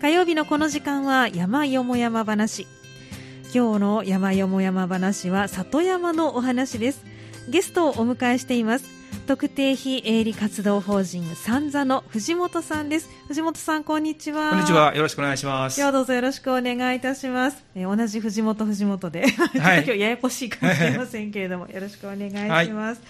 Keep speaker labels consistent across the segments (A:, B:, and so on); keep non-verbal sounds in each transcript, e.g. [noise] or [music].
A: 火曜日のこの時間は山よも山話今日の山よも山話は里山のお話ですゲストをお迎えしています特定非営利活動法人三座の藤本さんです藤本さんこんにちは
B: こんにちは。よろしくお願いします。
A: 今日はどうぞよろしくお願いいたします。えー同じ藤本藤本で、 [laughs] ちょっと今日ややこしいかもしれませんけれども、よろしくお願いします。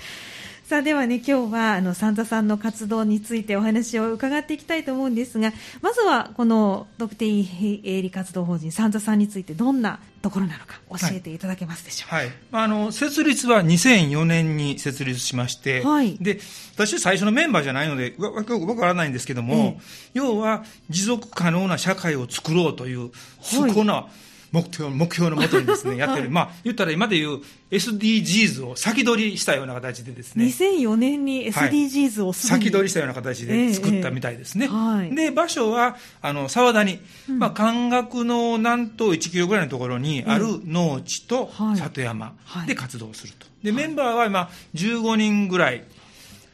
A: さあではね今日はあのサンタさんの活動についてお話を伺っていきたいと思うんですがまずはこの特定営利活動法人サンタさんについてどんなところなのか教えていただけますでしょうか、
B: はい。まああの、設立は2004年に設立しまして、
A: はい
B: で、私最初のメンバーじゃないので、わわわわからないんですけども、要は持続可能な社会を作ろうという、そこな目標、目標のもとにですね、やってる。まあ、言ったら今で言う SDGs を先取りしたような形でですね、
A: 2004年に
B: はい
A: SDGs をすぐに
B: 先取りしたような形で作ったみたいですね。
A: ええええはい
B: で、場所は、あの、沢谷、まあ、関学の南東1キロぐらいのところにある農地と
A: はい
B: 里山
A: はい
B: で活動すると。で、メンバーは今、15人ぐらい、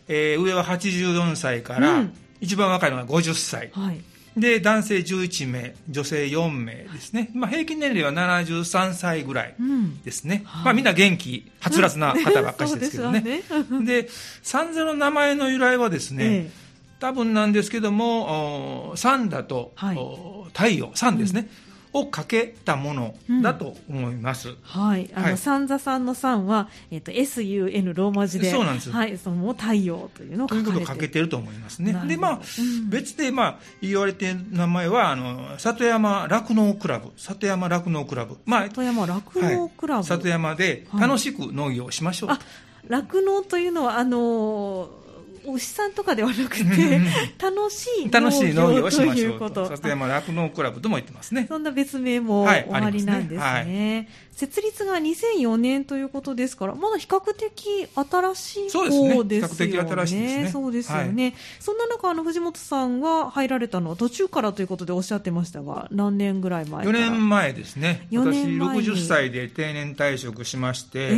B: えー上は84歳か
A: う
B: ら
A: ん、
B: 一番若いのが50歳。
A: はい
B: で、男性11名、女性4名ですね。まあ、平均年齢は73歳ぐらい
A: うん
B: ですね。
A: はい
B: まあ、みんな元気、はつらつな方ばっかしですけどね
A: そう。ですわね
B: で、三座の名前の由来はですね、
A: ええ
B: 多分なんですけども、お三だと、
A: はい
B: お太陽、三ですね、をかけたものだと思います。
A: はい、あの、
B: はい
A: サンザさんのさんは、えっ、と、S. U. N. ローマ字で。
B: そうなんです
A: はい、その太陽というのを
B: と
A: 書
B: いうこと
A: かれ
B: をか
A: て
B: けてると思いますね
A: なる。ほど
B: で、まあ、
A: うん
B: 別で、まあ、言われてる名前は、あの、里山酪農クラブ、里山酪農クラブ。まあ、
A: 里山酪農クラ
B: はい
A: ブ。
B: 里山で楽しく農業をしましょうと
A: あ、酪農というのは、あのー牛さんとかではなくて
B: うんうんうん、
A: 楽しい
B: 楽しい農業をしま
A: とい
B: しょ
A: う
B: う。
A: ことと。
B: 里山酪農クラブとも言ってますね。
A: そんな別名もお
B: はい
A: ありなんですね,、
B: あります
A: 設立が2004年ということですから、まだ比較的新しい
B: そうですね
A: 方です
B: 比
A: よ
B: 較的新しいです
A: ね。
B: ね
A: そうですよね。そんな中、あの藤本さんが入られたのは途中からということでおっしゃってましたが、何年ぐらい前か
B: 4
A: ら
B: 年前ですね、
A: 4
B: 私、
A: 年前に
B: 60歳で定年退職しまして、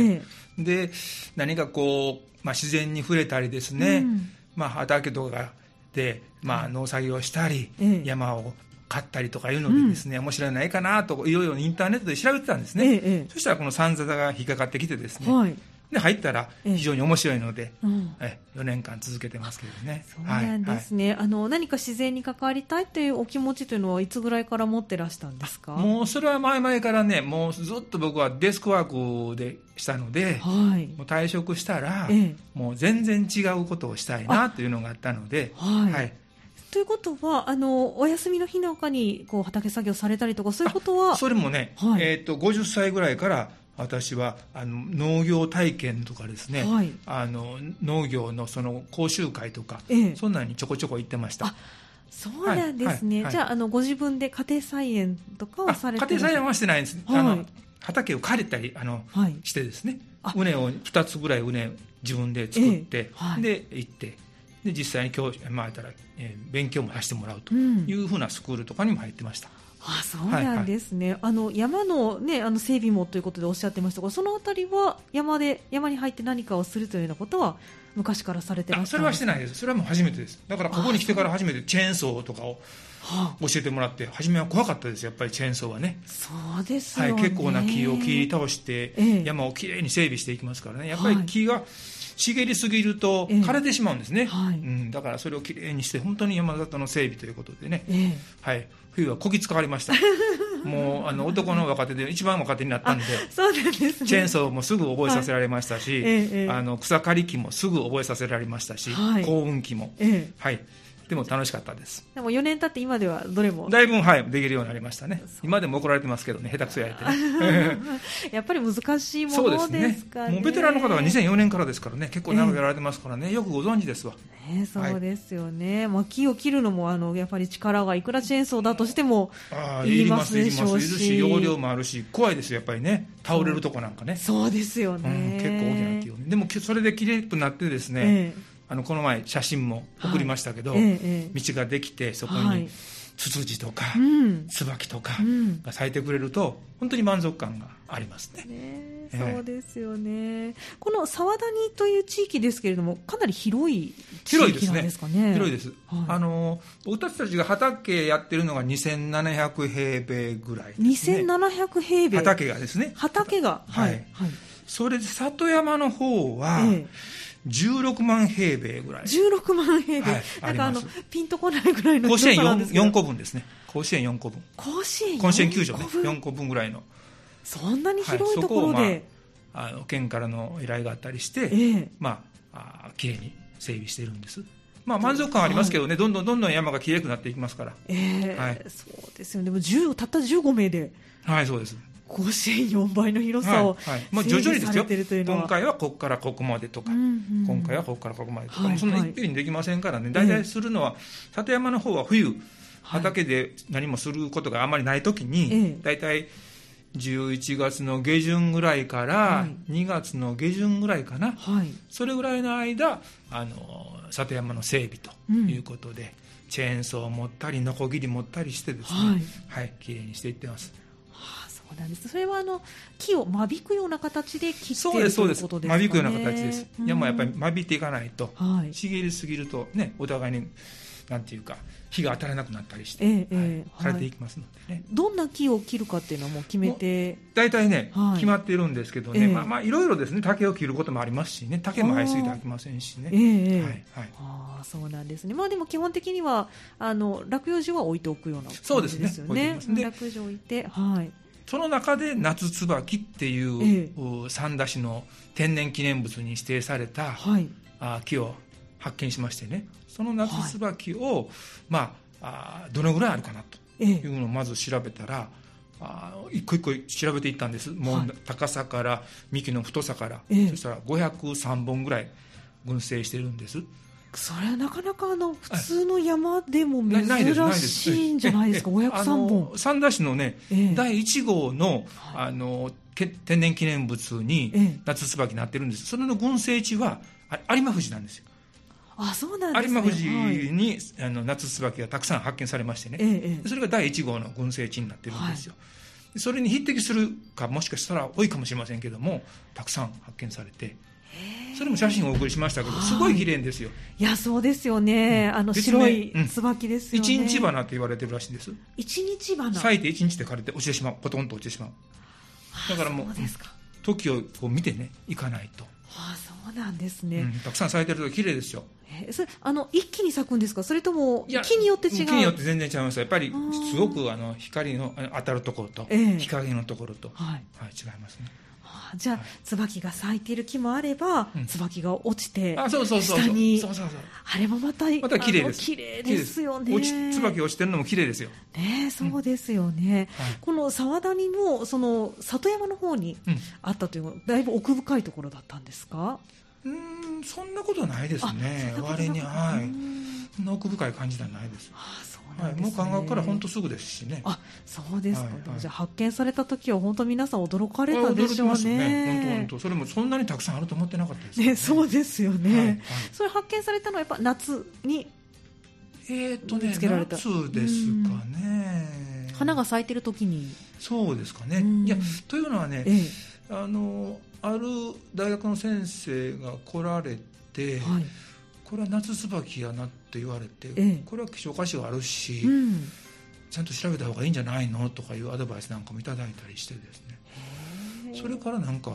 A: え
B: で何かこう、まあ、自然に触れたりです
A: う
B: ね、
A: ん
B: まあ、畑とかで、まあ、農作業したり、
A: ええ
B: 山を買ったりとかいうのでですね、面白いのないかなといろいろインターネットで調べてたんですね、
A: ええええ
B: そしたらこの三座が引っかかってきてですね、
A: はい。
B: で入ったら
A: ええ
B: 非常に面白いので、
A: うん
B: え4年間続けてますけどね。
A: そうなんですね、あの何か自然に関わりたいというお気持ちというのはいつぐらいから持ってらしたんですか
B: もうそれは前々からね、もうずっと僕はデスクワークでしたので、
A: はい
B: もう退職したら、
A: ええ
B: もう全然違うことをしたいなというのがあったので、
A: はい
B: はい
A: ということはあのお休みの日なんかにこう畑作業されたりとかそういうことは
B: それもね、
A: はい
B: えー、と50歳ぐらいから私はあの農業体験とかですね、
A: はい
B: あの農業のその講習会とか、
A: ええ
B: そんなにちょこちょこ行ってました。
A: あそうなんですね、
B: はいはい
A: じゃああのご自分で家庭菜園とかを
B: あ
A: さ
B: 家
A: れて
B: 庭菜園
A: は
B: はしてないんです、
A: はい
B: あの畑を借りたりあの、
A: はい
B: してですね
A: あ
B: 畝を2つぐらい畝自分で作って、
A: ええはい
B: で行ってで実際に教師まあ言ったら、えー勉強もさせてもらうと
A: うん
B: いうふうなスクールとかにも入ってました、
A: あそうなんですね、あの山の,、ね、あの整備もということでおっしゃってましたがそのあたりは山で山に入って何かをするというようなことは昔からされてら
B: あ
A: っし
B: そ
A: ゃ
B: れ
A: る
B: はして
A: ない、
B: ないですそれはもう初めてですだからここに来てから初めてチェーンソーとかを
A: はあ、
B: 教えてもらって初めは怖かったですやっぱりチェーンソーはね
A: そうです
B: は
A: よね、
B: い、結構な木を切り倒して、
A: ええ
B: 山をきれいに整備していきますからね、やっぱり
A: はい
B: 木が茂りすぎると
A: ええ
B: 枯れてしまうんですね、
A: はい
B: うん、だからそれをきれいにして、本当に山里の整備ということでね、
A: ええ
B: はい、冬はこき使われました、
A: [laughs]
B: もうあの男の若手で、一番若手になったんで、
A: そうなんですね。
B: チェーンソーもすぐ覚えさせられましたし、
A: はいええええ
B: あの草刈り機もすぐ覚えさせられましたし、
A: はい
B: 幸運機も、
A: ええ
B: はい、でも楽しかったです。
A: でも4年経って今ではどれも。
B: だいぶん、はい、できるようになりましたね。今でも怒られてますけどね、下手くそやれて [laughs] ね。
A: やっぱり難しいも
B: そうで
A: の
B: す
A: で
B: ね
A: すかね。
B: もうベテランの方は2004年からですからね、結構長くやられてますからね、よくご存知ですわ。
A: ね、そうですよね。まあ木を切るのもあのやっぱり力がいくらチェーンソーだとしても
B: ああ、
A: い
B: い
A: り
B: り
A: ま
B: ますす、
A: で
B: いり
A: し
B: ま
A: ょう
B: す、いる
A: し
B: し、容量もあるし、怖いですよ、やっぱりね、倒れるとこなんかね、
A: そうですよ
B: う
A: ね。
B: ん、結構大きな木をね、でもきそれで綺麗となってですね、
A: ええ
B: あのこの前、写真も送りましたけど、
A: はいええええ
B: 道ができて、そこ
A: はい
B: にツツジとか、
A: うん
B: 椿とか
A: うん
B: が咲いてくれると、本当に満足感がありますね。
A: ね、
B: ええ
A: そうですよね、この沢谷という地域ですけれども、かなり広い地
B: 広いで
A: 域
B: す
A: なん
B: ね。
A: ですかね、
B: 広いです。
A: はい
B: あの、僕たちたちが畑やってるのが2700平米ぐらいですね、
A: 2700平米、
B: 畑がですね。
A: 畑が、は
B: はいい、
A: はい
B: それで里山の方は
A: ええ
B: 16万平米ぐらい。
A: 16万平米、
B: は
A: なん
B: い
A: かあ
B: あり
A: の
B: ます
A: ピンとこないぐらいの
B: 甲子園
A: 広さなんです
B: 4,
A: けど
B: 個分ですね。甲子園4個分。
A: 甲子園
B: 甲子園球場
A: 四
B: ね。
A: 個分
B: 4個分ぐらいの。
A: そんなに
B: はい
A: 広い
B: そ
A: と
B: こ
A: こ
B: を
A: ろで、
B: まあ、あの県からの依頼があったりして、
A: ええ
B: まあ、あー綺麗に整備しているんです、まあ、満足感ありますけどね、どんどんどんどん山がきれいくなっていきますから、
A: ええ
B: はい
A: そうですよね、でも10たった15名で
B: はい、そうです、
A: 甲子園4倍の広さを
B: はいはいまあ、徐々にで
A: 整備さ
B: す
A: れ
B: よ
A: てるという、のは
B: 今回はここからここまでとか、
A: うんうん
B: 今回はここからここまでとか、
A: はい
B: そんな
A: はい
B: いっぺんにできませんからね、大体するのは、里山の方は冬、畑で何もすることがあまりないとき
A: ええ
B: に、大体11月の下旬ぐらいか
A: は
B: ら
A: い
B: 2月の下旬ぐらいかな。
A: はい
B: それぐらいの間あの里山の整備ということで、チェーンソーを持ったりノコギリ持ったりしてですね
A: はい
B: はい綺麗にしていってます
A: ああそうなんですそれはあの木を間引くような形で切って
B: そ
A: いう
B: で
A: る
B: すそ
A: とい
B: うで
A: う
B: す
A: ことですか、ね、
B: 間引くような形です、
A: うん
B: 山はやっぱり間引いていかないと、
A: はい
B: 茂りすぎるとねお互いになんていうか日が当たらなくなったりして、
A: ええええ
B: 枯れていきますのでね、
A: どんな木を切るかっていうのはもう決めて
B: 大体ね、
A: はい
B: 決まっているんですけどね、
A: ええ
B: まあまあいろいろですね竹を切ることもありますしね竹も生えすぎてあきませんしね
A: ええええ
B: はいはい
A: ああそうなんですねまあでも基本的にはあの落葉樹は置いておくような
B: そう
A: 感
B: です
A: じ
B: ね
A: ですよ
B: 置いて
A: ね
B: おきますで
A: 落葉樹置いてはい
B: その中で夏椿っていう、
A: ええ
B: お三田市の天然記念物に指定された、
A: はい
B: あ木を発見しましてねその夏椿を、まあ、あどのぐらいあるかなと
A: ええ
B: いうのをまず調べたらあ一個一個調べていったんですも
A: はいう
B: 高さから幹の太さから、
A: ええ
B: そしたら503本ぐらい群生してるんです
A: それはなかなかあの普通の山でも
B: なないです
A: 珍
B: ないです
A: しいんじゃないですか
B: ええええ
A: 503
B: あ
A: 本
B: の三田市のね、
A: ええ
B: 第1号の
A: はい
B: あのけ天然記念物
A: ええ
B: に夏椿になってるんですそれの群生地はあ有馬富士なんですよ
A: あそうなんです
B: 有
A: ね
B: 馬富士
A: はい
B: に、あの夏椿がたくさん発見されましてね、
A: ええええ
B: それが第1号の群生地になってるんですよ、それに匹敵するかもしかしたら多いかもしれませんけどもたくさん発見されてそれも写真をお送りしましたけどすごい綺麗ですよ
A: いやそうですよね、
B: うん
A: あの
B: 別
A: 白
B: 名
A: い
B: うん
A: 椿ですよね、
B: 一日花って言われてるらしいんです
A: 一日花
B: 咲いて一日で枯れて落ちてしまうポトンと落ちてしまうだからもう
A: あそうですか
B: 時をこう見てね行かないと、
A: あそうなんですね、
B: うん、たくさん咲いてると綺麗ですよ
A: えそれあの一気に咲くんですかそれとも
B: いや
A: 木によって違う
B: 木によって全然違いますやっぱり
A: あー
B: すごくあの光のあの当たるところと、
A: ええ
B: 日陰のところと、は
A: はい
B: い、違いますね
A: あじゃあ、
B: はい
A: 椿が咲いている木もあれば、
B: うん
A: 椿が落ちて
B: あそうそうそうそう
A: 下に
B: そうそうそう
A: あれもまた
B: また綺麗です
A: あの綺麗ですよね
B: 落ち椿落ちてるのも綺麗ですよ、
A: ねえそうですよね、
B: はい
A: この沢谷もその里山の方に
B: うん
A: あったというのはだいぶ奥深いところだったんですか
B: うーんそんなことないですね
A: あそんなことなかった
B: 割には
A: う
B: い
A: ん
B: そんな奥深い感じではないです
A: あそう
B: は、
A: ないんですね、
B: もう感覚から本当すぐですしね
A: あそうですか、
B: はいはい
A: でもじゃあ発見された時は本当皆さん驚か
B: こ
A: れたでしょう
B: 驚きますよ本当
A: ね
B: 本当それもそんなにたくさんあると思ってなかったですよ
A: ねそうですよね、
B: はいはい
A: それ発見されたのはやっぱ夏に
B: えーっとね
A: 見つけられた
B: 夏ですかね
A: 花が咲いてる時に、
B: そうですかね、
A: うん
B: いやというのはね、
A: え
B: あのある大学の先生が来られて、
A: えはい
B: これは夏椿やなって言われて、
A: ええ
B: これは希少価値があるし、
A: うん、
B: ちゃんと調べた方がいいんじゃないのとかいうアドバイスなんかもいただいたりしてですねそれからなんか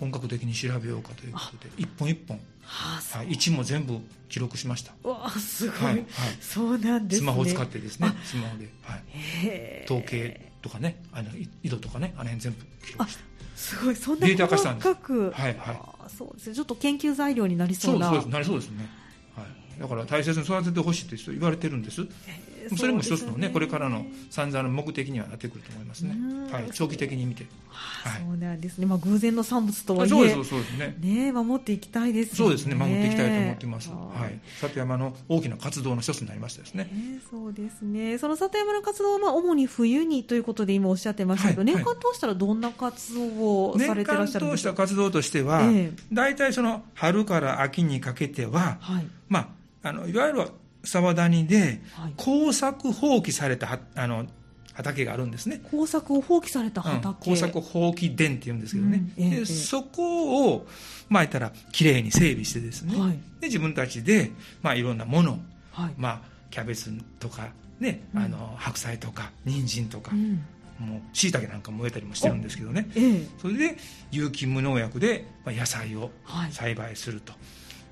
B: 本格的に調べようかということで一本一本、
A: はあそう
B: はい、位置も全部記録しました、
A: うわあすごい、
B: はいはい、
A: そうなんですね
B: スマホを使ってですね
A: あ
B: スマホで、はい、
A: へえ
B: 統計とかねあのい緯度とかねあの辺全部記録して
A: すごいそんな
B: データ化したんです
A: 細かく
B: はいはい
A: あそうですねちょっと研究材料になりそ
B: そうう
A: な
B: そうですなりそうですね、はい、だから大切に育ててほしいって人言われてるんです
A: へえ
B: それも一つ
A: そうで
B: の
A: す
B: ねこれからの散々の目的にはなってくると思いますね
A: うん、
B: はい、長期的に見て
A: あ
B: はい
A: そうなんですね、まあ、偶然の産物と
B: そ
A: は
B: う
A: い
B: そう
A: え
B: ですそうですね
A: ねえ守っていきたいです
B: そ
A: よ
B: う
A: ね
B: ですね守っていきたいと思っています、は
A: ね
B: い、里山の大きな活動の一つになりましたですね
A: えそうですねその里山の活動はまあ主に冬にということで今おっしゃってましたけど、
B: はいは
A: 年
B: い
A: 間通したらどんな活動をされ
B: 年
A: てら
B: 間
A: っしゃるん
B: 通
A: で
B: し
A: す
B: た
A: か
B: 活動としては、
A: ええ
B: 大体その春から秋にかけては、
A: はい
B: まあ、あのいわゆる沢谷で
A: はい
B: 耕作放棄されたはあの畑があるんですね。
A: 工作を放棄された
B: うん
A: 畑、
B: 耕作放棄田って言うんですけどね、
A: うんええええ
B: でそこを、まあ、言ったらきれいに整備してですね、
A: はい
B: で自分たちで、まあ、いろんなものを、
A: はい、
B: まあ、キャベツとか、ね
A: うん
B: あの白菜とか人参とか、
A: うん
B: もう椎茸なんかも植えたりもしてるんですけどね
A: ええ
B: それで有機無農薬でまあ野菜を
A: はい
B: 栽培すると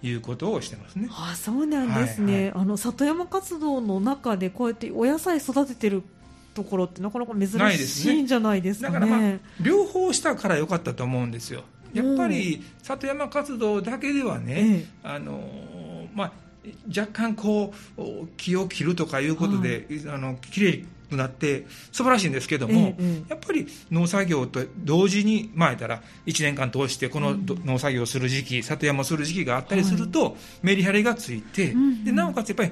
B: いうことをしてますね、
A: あそうなんですね、
B: はいは
A: あの里山活動の中でこうやってお野菜育ててるところってなかなか
B: ない
A: 珍
B: です
A: し
B: ね
A: いんじゃないです
B: だ
A: か
B: か
A: ね
B: らまあ両方したから良かったと思うんですよやっぱり里山活動だけではね、あのーまあ若干こうお木を切るとかいうことで、あの綺麗になって素晴らしいんですけども、
A: ええええ
B: やっぱり農作業と同時にまあ言ったら1年間通してこのど農作業する時期、里山をする時期があったりすると、メリハリがついて、
A: うんうん
B: でなおかつやっぱり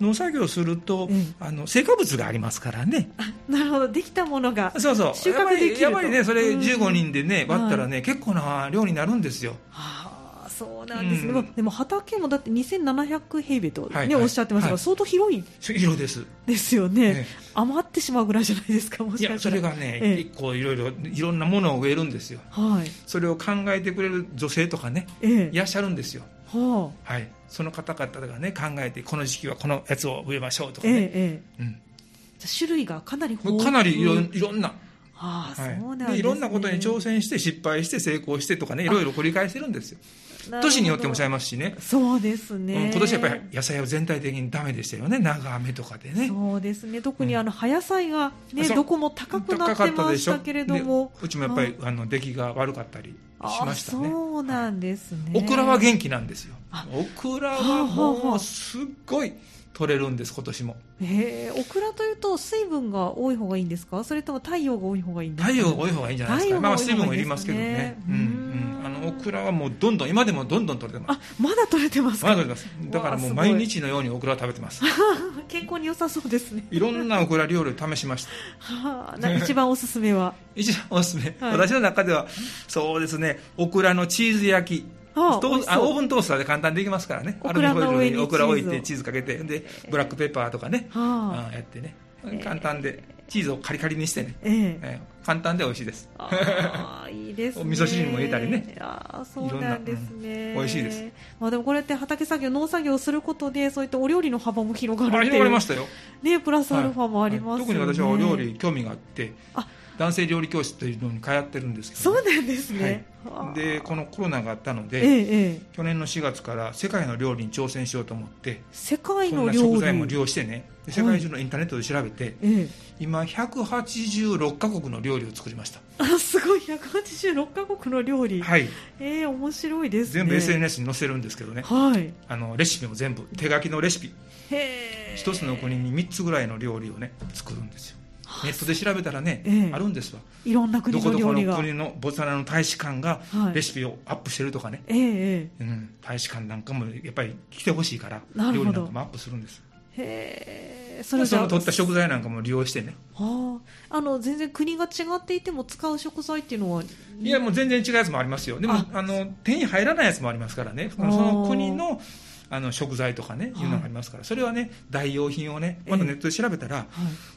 B: 農作業すると、
A: ええ
B: あの成果物がありますか
A: [laughs]
B: らね、
A: なるほどできたものが
B: そうそう。
A: 収穫できると
B: やっぱりやっぱりね、それ
A: うん
B: 15人でね、割ったらね、結構な量になるんですよ。
A: ああそうなんですね、
B: うん
A: まあでも畑もだって2700平米と、ね
B: はいはい
A: おっしゃってますが、
B: はい
A: 相当広い
B: 色です。
A: ですよね、
B: ええ
A: 余ってしまうぐらいじゃないですかも
B: い
A: し
B: や、
A: かした
B: そ
A: ら
B: れがね、
A: ええ
B: 結構いろいろ、いろんなものを植えるんですよ。
A: はい
B: それを考えてくれる女性とかね、
A: え
B: い
A: え
B: らっしゃるんですよ。
A: はあ
B: はい。その方々がね、考えて、この時期はこのやつを植えましょうとか
A: ええ
B: ね。
A: ええ
B: うん
A: じゃあ種類がかなり豊
B: もう
A: 富
B: かなりいろいろんな、
A: ああ
B: はい
A: そうなんです、ね
B: でいろんなことに挑戦して、失敗して、成功してとかね、いろいろ繰り返してるんですよ。
A: なるほど
B: 年によっても違いますしね。
A: そうです
B: うん
A: ね、
B: 今年やっぱり野菜は全体的にダメでしたよね、長雨とかでね。
A: そうですね特に
B: うん
A: あの葉野菜が、ね
B: そう
A: どこも高くなってましたけれども
B: でうちもやっぱり
A: は
B: あの出来が悪かったりしましたね
A: あそうなんですね、
B: オクラは元気なんですよ
A: あ
B: オクラ
A: はあ
B: は
A: はあは
B: も
A: あ
B: うすっごい取れるんです今年も
A: へえオクラというと水分が多い方がいいんですかそれとも太陽が多い方がいいんですか
B: 太陽が多い方がいいんじゃないです
A: 太
B: か、
A: 陽
B: ま
A: が
B: あ、
A: 多い
B: 水
A: 方
B: 分
A: が
B: も
A: い
B: い
A: いです
B: り
A: ね
B: ますけどね
A: う
B: うんんうんあのオクラはもうどんどん今でもどんどん取れてます
A: あまだ取れてます
B: まだ
A: か
B: 取れてますだから
A: わ
B: もう
A: あす
B: 毎
A: ごい
B: 日のようにオクラを食べてます
A: 健康に良さそうですね
B: いろんなオクラ料理を試しま
A: [laughs]
B: した
A: はあな一番おすすめは
B: 一番おすすめ、
A: はい
B: 私の中ではそうですねオクラのチーズ焼き
A: あ
B: トー
A: 美味しそう
B: あオーブントースターで簡単にできますからね
A: オクラの上に
B: アルミホイルオクラ置い
A: チーズ
B: て
A: を
B: チーズかけてでブラックペッパーとかね、
A: はあ
B: うんやってね簡単でチーズをカリカリにしてね、
A: ええ
B: えー簡単で美味しいです
A: あーいいですね。
B: [laughs] お味噌汁にも入れたりね。
A: ああ、そうなんですね。
B: いろんなうん美味しいです。
A: まあでもこれって畑作業、農作業をすることで、そういったお料理の幅も広が
B: あ
A: るっていう。
B: 広がりましたよ
A: ね、プラスアルファもありますよね。
B: はい特に私はお料理。興味があって
A: あ
B: 男性料理教室というのに通ってるんですけど
A: そ
B: ね、
A: うなんですね。
B: はい、
A: あー
B: でこのコロナがあったの
A: え
B: で、
A: えええ
B: 去年の4月から世界の料理に挑戦しようと思って
A: 世界
B: そん
A: の
B: な
A: 料
B: 食
A: 理。
B: 材も利用してねで世界中のインターネットで調べて、
A: ええ。
B: 今186カ国の料理を作りました
A: あ、すごい、186カ国の料理。
B: はい
A: ええ面白いですね。
B: 全部 SNS に載せるんですけどね
A: はい。
B: あのレシピも全部手書きのレシピ
A: へえ。
B: 一つの国に3つぐらいの料理をね作るんですよネットで調べたらね、
A: ええ
B: あるんですわ
A: いろんな国
B: どこ
A: の
B: ど
A: 料
B: こ
A: 理
B: の
A: が。
B: 国のボツワナの大使館が
A: はい
B: レシピをアップしてるとかね、
A: ええええ。
B: うん、大使館なんかもやっぱり来てほしいから
A: なる
B: 料
A: ほど
B: 理なんかもアップするんです
A: へえ、そ
B: そ
A: れじゃあ
B: の取った食材なんかも利用してね
A: あああの全然国が違っていても使う食材っていうのはい
B: やもう全然違うやつもありますよでも
A: あ
B: あの手に入らないやつもありますからねその
A: あー
B: その国のあの食材とかねいうのがありますからそれはね代用品をねまたネットで調べたら、
A: はい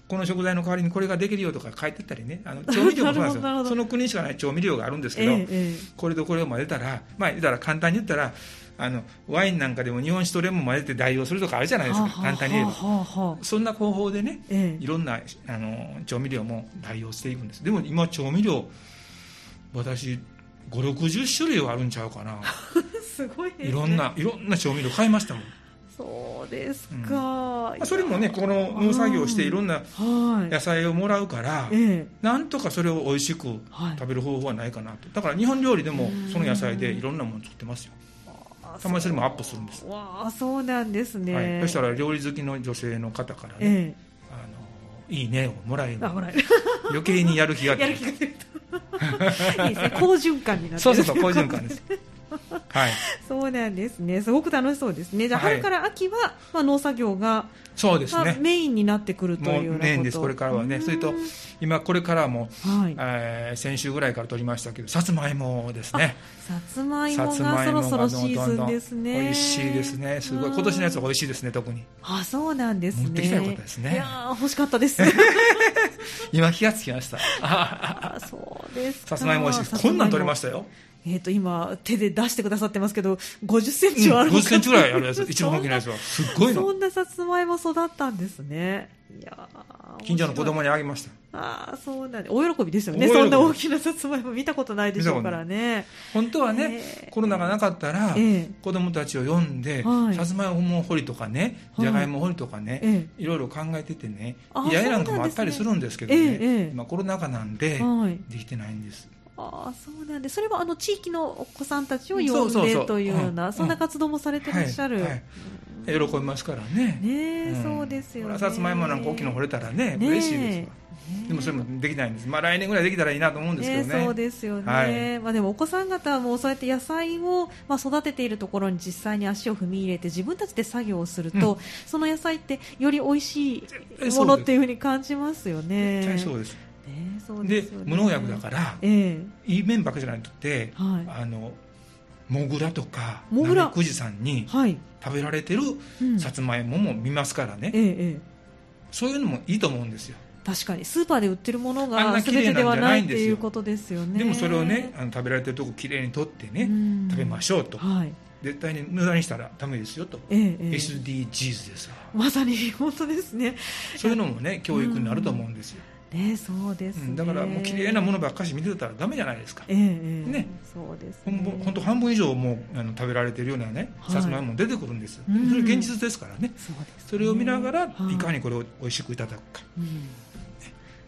B: この食材の代わりにこれができるよとか書いてったりね
A: [laughs]
B: あの調味料もそうなん
A: なるほど
B: です
A: なるほ
B: よ
A: ど
B: その国にしかない調味料があるんです
A: え
B: けど、
A: ええ
B: これとこれを混ぜたらまあ言ったら簡単に言ったらあのワインなんかでも日本酒とレモン混ぜて代用するとかあるじゃな
A: え
B: いですか
A: はあ
B: 簡単に言えば
A: はあはあはあ
B: そんな方法でね
A: え
B: いろんなあの調味料も代用していくんですでも今調味料私560種類はあるんちゃうかな
A: [laughs] え
B: [laughs]
A: すごいですね
B: いろんないろんな調味料買いましたもん、
A: そうですか、
B: まあそれもねこの農作業していろんな
A: はい
B: 野菜をもらうから
A: ええ
B: なんとかそれを美味しく
A: はい
B: 食べる方法はないかなとだから日本料理でも
A: うん
B: その野菜でいろんなもの作ってますよたまにそれもアップするんです
A: わあそうなんですね、
B: はい、そした
A: ら
B: ら料理好きの女性の方からね、
A: え
B: あのいいねをもらえる
A: えあほら
B: 余計にやる気が出
A: [laughs] や
B: る
A: [laughs] る気が出るといいですね好循環になってる
B: そうそうそう好循環ですははい、
A: [laughs] そうなんですね。すごく楽しそうですね。じゃあ、
B: はい
A: 春から秋は、まあ、農作業が、
B: そうです
A: まあ
B: ね。
A: メインになってくると
B: も
A: いうよう
B: う
A: なこと
B: 年です、これからは
A: う
B: ね、
A: ん
B: それと今、これからも、
A: はい
B: えー先週ぐらいから取りましたけど、さつまいもですね、
A: さつまい
B: さ
A: も
B: つ
A: がそ
B: まい
A: ろ
B: も
A: そ
B: が
A: ろ
B: ど
A: シ
B: んど
A: ー
B: ん
A: ズ
B: ど
A: ン
B: ん美
A: ですね。
B: 味しいですね、すごい、
A: うん
B: 今年のやつは美味しいですね、特に、
A: あ、そうなんですね。
B: 持ってきたらよかったですね
A: いやー欲しかった
B: [laughs]
A: です。
B: 今、気がつきました、あ
A: あそうですか。
B: さつまいも美味しいです、こんなん取れましたよ、
A: えっ、と、今、手で出してくださってますけど、50センチはある
B: 50センチぐらいある
A: [laughs]
B: やつ、一番大きなやつは、すっごい
A: そ
B: の、
A: んなさつまいも育ったんですね。いやー
B: 近所の子。
A: 面白い
B: 供にあげました、
A: ああ、そうなんで、大喜びですよね。
B: 大喜び
A: そんな大きなさつまいも見たことないでしょうからね。
B: 本当はね
A: え、ー
B: コロナがなかったら、
A: ええ
B: 子供たちを呼んで、
A: はい
B: さつまいも掘りとかね、
A: はい
B: じゃがいも掘りとかね、
A: え
B: いろいろ考えててね
A: あ、
B: 嫌いなんかもあったりす
A: そう
B: るんですけどね、
A: ええええ
B: 今、コロナ禍なんで、
A: はい。
B: できてないんです。
A: ああ、そうなんで、それはあの地域のお子さんたちを
B: そ
A: 呼
B: うんそうそ
A: で
B: う
A: というよう
B: う
A: な、
B: ん
A: そんな活動もされてらっしゃる。
B: はいはい喜びますからね。
A: ねえ、
B: ん
A: そうですよ
B: ほ
A: ね。
B: らさつまいもなんか大きいの掘れたら
A: ね
B: ね、
A: え
B: 嬉しいですわ。
A: ね
B: でもそれもできないんです。まあ来年ぐらいできたらいいなと思うんですけど
A: ね
B: ね。
A: そうですよね、
B: はい
A: まあ、でもお子さん方はもうそうやって野菜を、まあ、育てているところに実際に足を踏み入れて自分たちで作業をすると、
B: う
A: その野菜ってより美味しい
B: 対
A: も
B: そうです
A: のっていうふうに感じますよね。
B: 絶対そう
A: ね
B: です。
A: そうで
B: で
A: すよね
B: 無農薬だから、
A: え
B: いい面ばっかじゃなく
A: え
B: て、
A: は
B: あのモグラとか
A: モグラ
B: ナメクジさんに
A: い、はい
B: 食べられてる
A: うん
B: さつまいもも見ますからね。
A: ええええ
B: そういうのもいいと思うんですよ。
A: 確かにスーパーで売ってるもの
B: あん
A: が
B: な綺
A: 全
B: 麗
A: てではないって
B: なんじゃないんですよ
A: いうことですよね
B: でもそれをね、あの食べられてるとこきれいに取ってね、食べましょうと。
A: はい
B: 絶対に無駄にしたらダメですよと。
A: ええええ
B: SDGs ですわ。
A: まさに本当ですね
B: そういうのもね教育になると思うんですよ、
A: ねそうです
B: う
A: ね、
B: ん、だからもう綺麗なものばっかし見てたらダメじゃないですか
A: ええええ
B: ね
A: そうですね、
B: 本当半分以上もうあの食べられてるようなね
A: はい
B: さつまいも出てくるんですよ、
A: うん
B: それ現実ですからね
A: そうですね、
B: それを見ながら
A: はい
B: かにこれを美味しくいただくか
A: うん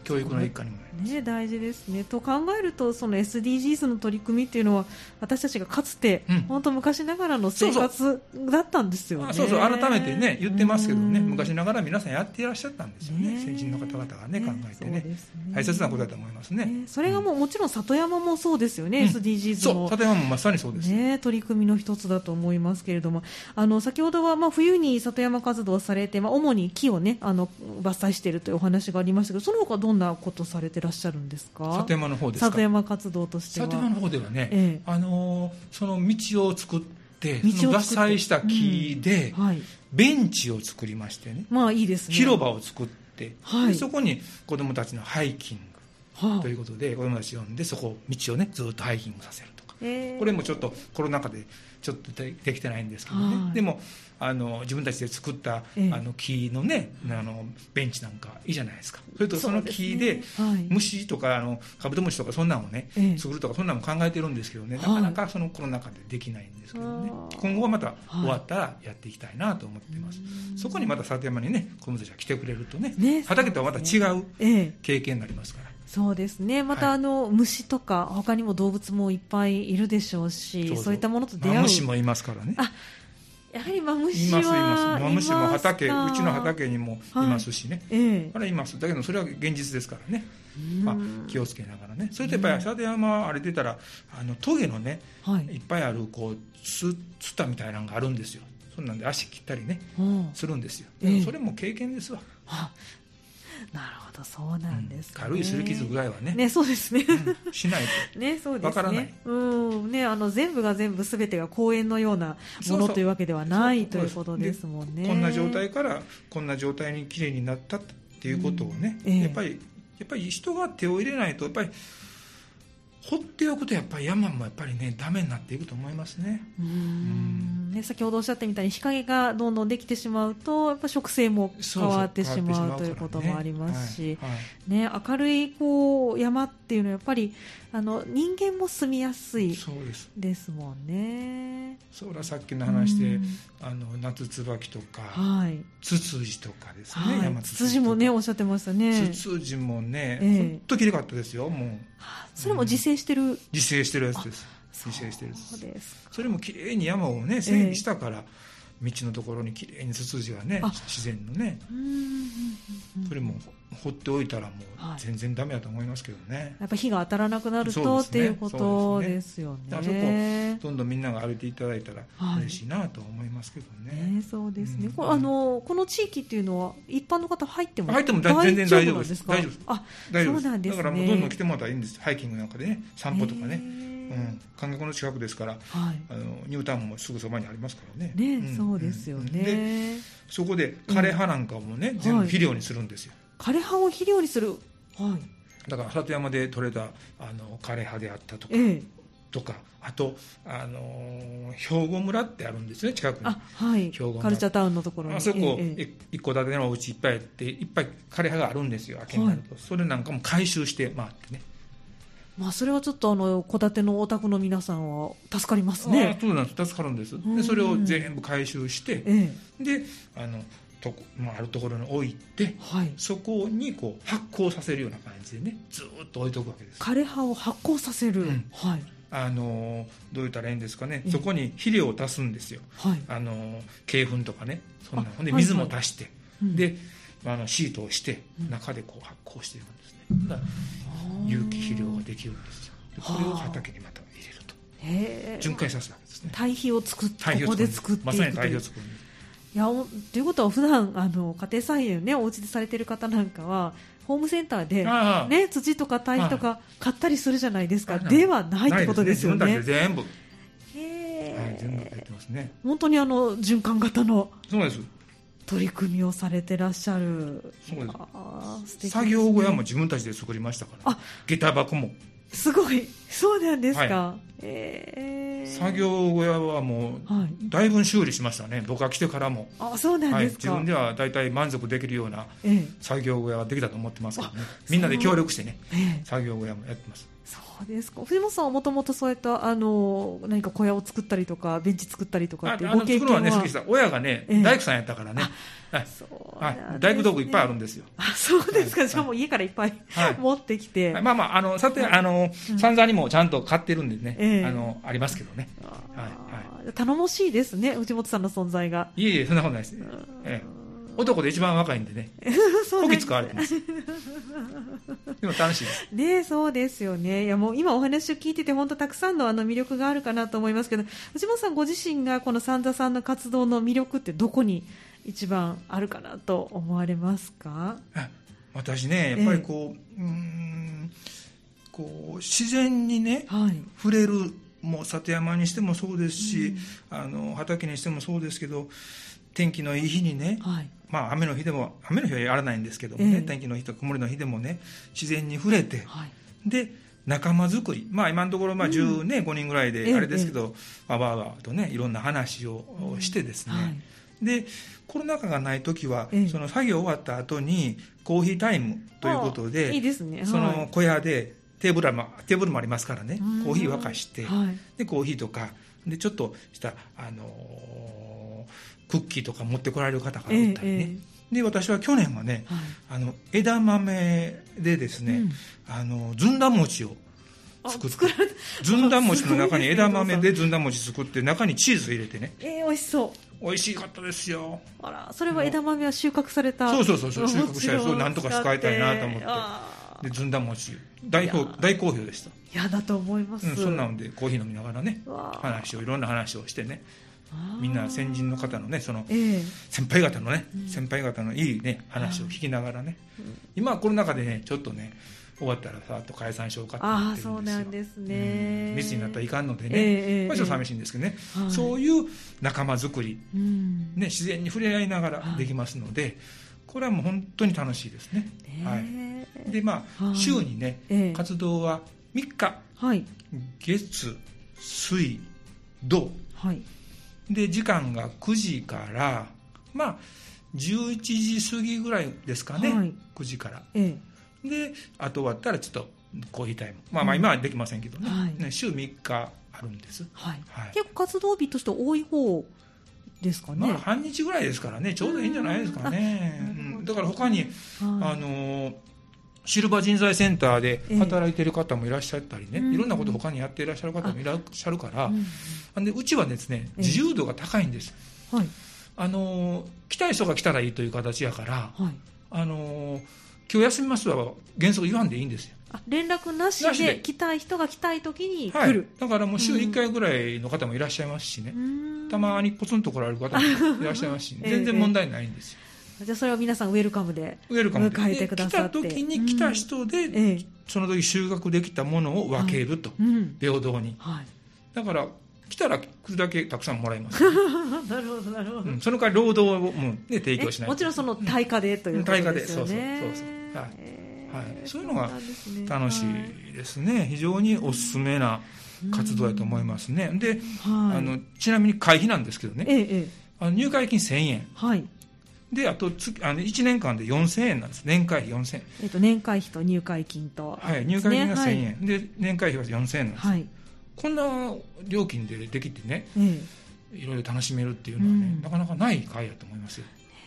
B: 教育の一環にもなる
A: ね、大事ですねと考えるとその SDGs の取り組みっていうのは私たちがかつて、
B: うん
A: 本当昔ながらの生活だったんですよね
B: あそうそう改めてね言ってますけどね
A: うん
B: 昔ながら皆さんやっていらっしゃったんですよね
A: ね
B: 先人の方々がね考えてね
A: そうですね
B: 大切なことだと思いますね
A: ねそれがもうもちろん里山もそうですよね、
B: うん
A: SDGs
B: そう
A: も
B: 里山もまさにそうです、
A: ね、取り組みの一つだと思いますけれどもあの先ほどはまあ冬に里山活動をされて、まあ、主に木を、ね、あの伐採しているというお話がありましたけどその他どんなことされてらっしゃるんですか
B: 里山の方ですか
A: 里山活動としては
B: 里山の方ではね、
A: ええ
B: あのーその道を作っ
A: 道を
B: て
A: 作って
B: その伐採した木で、
A: はい、
B: ベンチを作りましてね
A: まあいいですね
B: 広場を作って、
A: はい
B: でそこに子どもたちのハイキン
A: は
B: グということで、子どもたちを呼んでそこ道をねずっとハイキングさせるとか
A: えー
B: これもちょっとコロナ禍でちょっとでできてないんですけどね、
A: はい
B: でもあの自分たちで作った、
A: ええ
B: あの木のねあのベンチなんかいいじゃないですかそれとその木
A: う
B: で
A: ですねはい、
B: 虫とかあのカブトムシとかそんなんをね、
A: ええ
B: 作るとかそんなんも考えてるんですけどね、
A: はい
B: なかなかそのコロナ禍でできないんですけどね
A: あー
B: 今後はまた
A: い
B: 終わったらやっていきたいなと思ってます、そこにまた里山にね子供たちが来てくれるとね
A: ね
B: 畑とはまた違う
A: ええ
B: 経験になりますから
A: そうですねまた、
B: はい
A: あの虫とか他にも動物もいっぱいいるでしょうしそういったものと出会う、
B: マムシもいますからね
A: あやはりマム
B: い
A: シ
B: ま
A: は
B: すいますマムシも
A: いますか
B: 畑うちの畑にもいますしね、
A: ええ
B: あれいますだけどそれは現実ですからね、まあ
A: うん、
B: 気をつけながらねそれとやっぱり里山はあれ出たらあのトゲのね
A: はい
B: いっぱいあるこうつつたみたいなのがあるんですよそんなんで足切ったりね
A: うん
B: するんですよ
A: ええ
B: それも経験ですわ、
A: あなるほどそうなんです、ね
B: 軽いすり傷ぐ
A: ら
B: らいはね
A: ねそうですね、
B: うんしない
A: [laughs]
B: と
A: ねそうですね
B: わからない
A: うんねあの全部が全部すべてが公園のようなも
B: そう
A: の
B: そう
A: というわけではない
B: そうそう
A: ということですもんね
B: こんな状態からこんな状態にきれいになったっていうことをね、
A: うんええ
B: やっぱりやっぱり人が手を入れないとやっぱり放っておくとやっぱり山もやっぱりねダメになっていくと思いますね
A: うーんね先ほどおっしゃったみたいに日陰がどんどんできてしまうとやっぱ植生も
B: そう
A: 変
B: そう
A: わってしまう
B: 変わっ
A: と
B: て
A: い
B: し
A: うこ
B: まうか
A: と
B: らね
A: もありますし、
B: はいはい
A: ね、明るいこう山っていうのはやっぱりあの人間も住みやすい
B: そうです
A: ですもんね。
B: そらさっきの話で、
A: うん
B: あの夏椿とか、
A: はい、
B: ツツジとかですね、
A: はい、ツツジ
B: とか
A: もねおっしゃってましたね。
B: ツツジもね、
A: え
B: 本
A: え
B: 当ほんと綺麗かったですよ、もう
A: それも自生してる、
B: 自生してるやつです、
A: そう
B: 自生してるやつ
A: です
B: それも綺麗に山をね、整備したから、道のところにきれいにツツジがね
A: あ
B: 自然のね
A: うんうんうんうん
B: それも放っておいたらも
A: はいう
B: 全然ダメだと思いますけどね、
A: やっぱ火が当たらなくなる
B: そ
A: と、っ
B: うです
A: て
B: ね
A: いうこと
B: そう
A: で
B: です
A: よ
B: だから
A: ね
B: ちょっ。とどんどんみんなが歩いていただいたら
A: はい
B: 嬉しいなと思いますけどね
A: ね、そうですね。
B: うん
A: これあのこの地域っていうのは一般の方入っても
B: 入っても大全然大丈夫です
A: 大丈夫なん
B: 大丈夫です
A: か。あ、
B: 大丈夫
A: そうなんですね
B: だからもうどんどん来てもらったらいいんですハイキングなんかでね散歩とかね、
A: へ
B: う
A: ー
B: ん、観客の近くですから
A: はい。
B: あのニュータウンもすぐそばにありますからね
A: ね、
B: ん
A: そうですよ
B: うんで
A: ね。
B: そこで枯葉なんかもね、全部肥料にするんですよ、
A: 枯葉を肥料にする。はい。
B: だから里山で採れたあの枯葉であったとか
A: ええ。
B: とかあと、あのー兵庫村ってあるんですね近くに
A: あ、はい。
B: 兵庫の
A: カルチャータウンのところに。
B: あそこ、
A: ええええ
B: い一戸建てのお家いっぱいあっていっぱい枯葉があるんですよ秋になると、それなんかも回収して回ってね
A: まあそれはちょっとあの戸建てのお宅の皆さんは助かります
B: ね
A: ね。
B: そうなんです助かるんです
A: うん
B: でそれを全部回収して
A: ええ。
B: であのとこ、まあ、あるところに置いて
A: はい。
B: そこにこう発酵させるような感じでねずーっと置いとくわけです
A: 枯葉を発酵させる。
B: うん
A: はい。
B: あのーどう言ったらいいんですかね、
A: うん
B: そこに肥料を足すんですよ
A: はい。
B: あのー鶏粉とかねそんな
A: あ
B: ほんで
A: はい
B: 水も足して、
A: うん
B: であのシートをして
A: うん
B: 中でこう発酵していくんですね、だから有機肥料ができるんですよでこれを畑にまた入れると
A: へえ
B: 巡回させるわけですね
A: 堆肥を作っ
B: 堆肥
A: こ
B: を
A: こで作っ
B: 作る
A: ていく
B: ま
A: と
B: さ
A: いう
B: に堆肥を作る
A: いやおということは普段あの家庭菜園ねお家でされてる方なんかはホームセンターで、
B: ああ
A: ね、土とか堆肥とか買ったりするじゃないですか、
B: はい
A: ではないってことですよ
B: ない
A: ね
B: ですね自分たち
A: へ
B: で全部、はい、全部
A: え
B: やってますね
A: 本当にあの循環型の
B: そうです
A: 取り組みをされてらっしゃる
B: そうです
A: ああ素敵ですね
B: 作業小屋も自分たちで作りましたから、
A: あ
B: 下駄箱も
A: すごいそうなんですか、
B: は
A: ええ
B: 作業小屋はもう
A: はい
B: だいぶん修理しましたね僕が来てからも、
A: あそうなん
B: はい、
A: です
B: 自
A: か、
B: 分では大体満足できるような
A: ええ
B: 作業小屋はできたと思ってますけどねみんなで協力してね
A: ええ
B: 作業小屋もやってます
A: そうですか藤本さんはもともとそういったあの何か小屋を作ったりとかベンチ作ったりとか
B: あ
A: っていう
B: あ
A: ご
B: の
A: 経
B: 作る
A: 験
B: の
A: は
B: はね好きでした親がね、
A: ええ
B: 大工さんやったからねはい
A: そうな
B: は
A: ん
B: い
A: ですね
B: 大工道具いっぱいあるんですよ
A: あそうですか、
B: はい
A: じゃあもう家からいっぱい、
B: はい
A: 持ってきて、
B: はいまあまあ、あの、さて、あの、
A: うん
B: 散々にもちゃんと買ってるんでね、
A: ええ
B: あの、ありますけどね。
A: あー
B: は
A: 頼もしいですね藤本さんの存在が、
B: いえいえ、そんなことないです。ええ男で一番若いんでね、
A: そう
B: こ
A: で
B: き
A: す
B: 使われ
A: [laughs]
B: てます。でも楽しいです。
A: ねそうですよね。いやもう今お話を聞いてて本当たくさんのあの魅力があるかなと思いますけど、藤本さんご自身がこの三田さんの活動の魅力ってどこに一番あるかなと思われますか？
B: あ私ね、やっぱりこう、うーん、こう、自然にね、
A: はい。
B: 触れる、もう里山にしてもそうですし、あの、畑にしてもそうですけど、天気のいい日にね、
A: はい。
B: まあ雨の日でも、雨の日はやらないんですけどもね、
A: ええ
B: 天気の日とか曇りの日でもね、自然に触れて、
A: はい。
B: で仲間づくり、まあ、今のところまあ10、ね5人ぐらい
A: ええ
B: であれですけど、まあ、わーわーとねいろんな話をしてですね、
A: はい。
B: でコロナ禍がない時は、
A: ええ
B: その作業終わった後にコーヒータイムということ
A: あ
B: で
A: あいいですね。
B: そ
A: は
B: の
A: い
B: 小屋でテーブルもテーブルもありますからね
A: うん
B: コーヒー沸かして、
A: はい。
B: でコーヒーとかでちょっとした、あのークッキーとか持ってこられる方がおったりね、で私は去年はね
A: はい
B: あの枝豆でですね、
A: うん
B: あのずんだ餅を
A: あ
B: 作って
A: 作られた
B: ずんだ餅の中
A: す
B: に
A: ごいですね
B: 枝豆でずんだ餅作って中にチーズ入れてね
A: えー、美味しそう。
B: 美味しかったですよ
A: あら、それは枝豆は収穫された。
B: そうそうそうそう収穫したやつを
A: お餅
B: なんとか使いたいなと思って
A: あ
B: で
A: ー
B: ずんだ餅大好
A: いやー
B: 大好評でした、
A: 嫌だと思います。
B: うん、そんなのでコーヒー飲みながらね
A: わー
B: 話をいろんな話をしてね
A: あー
B: みんな先人の方のねその
A: ええ
B: 先輩方のね、
A: うん
B: 先輩方のいいね話を聞きながらね、今はコロナ禍でねちょっとね終わったらさっと解散しようかって
A: ああ、
B: 思ってる
A: そうん
B: ですよ
A: なんですね
B: うん。密になったらいかんのでね、
A: ええ
B: まあちょっと寂
A: し
B: しいんですけどね、
A: い。はい
B: そういう仲間づくり
A: うん
B: ね、自然に触れ合いながらできますので、これはもう本当に楽しいですね。はい、
A: ねえ
B: で、ま
A: は
B: あ、
A: い
B: 週にね、
A: ええ
B: 活動は3日、
A: はい。
B: 月、水、土。
A: はい。
B: で、時間が9時から、まあ、11時過ぎぐらいですかね、
A: はい
B: 9時から。
A: え
B: で、あと終わったらちょっとコーヒータイム。まあまあ、今はできませんけどね、
A: はい
B: ね週3日あるんです。
A: はい。
B: はい
A: 結構活動日として多い方ですかね。
B: まあ、半日ぐらいですからね、ちょうどいいんじゃないですかね。
A: うん
B: うんだから他に、
A: はい
B: あのーシルバー人材センターで
A: ええ
B: 働いてる方もいらっしゃったりね、
A: うん
B: いろんなこと他にやっていらっしゃる方もいらっしゃるから、
A: うん
B: でうちはですね
A: ええ
B: 自由度が高いんです、
A: はい。
B: あの来たい人が来たらいいという形やから、
A: はい、
B: あの今日休みますは原則言わんでいいんですよ。
A: あ連絡なし
B: なし
A: で
B: で
A: 来たい人が来たい時に
B: は
A: 来
B: い
A: る、、
B: だからもう週1回ぐらいの方もいらっしゃいますしね
A: う、ーん
B: たまにポツンと来られ
A: [laughs]
B: る方もいらっしゃいますし、
A: ええ
B: 全然問題ないんですよ。
A: じゃあそれは皆さんウェルカムで
B: ウェルカムで
A: 迎えてくださって
B: で来た時に来た人で、
A: ええ
B: その時収穫できたものを分けると、
A: うん
B: 平等に。
A: はい
B: だから、来たら来るだけたくさんもらいます。
A: [laughs] なるほどなるほど、
B: うん、その代わり労働をもう、ね、提供し
A: え
B: ない
A: もちろんその対価でということ
B: 対価で
A: ですよね
B: そうそうそうそうはい
A: え
B: はい
A: ー
B: そういうのが
A: そなんですね
B: 楽しいですね、非常におすすめな活動だと思いますね。で、
A: はい
B: あのちなみに会費なんですけどね、
A: ええええ
B: あの入会金1000円、
A: はい
B: であと月あの1年間で4000円なんです、年会費4000円、
A: えっと年会費と入会金と、
B: はい、入会金が1000円、
A: ね
B: で年会費は4000円なんです、
A: はい、はい
B: こんな料金でできてね、
A: ええ
B: いろいろ楽しめるっていうのはね、
A: うん
B: なかなかない会だと思いますよ。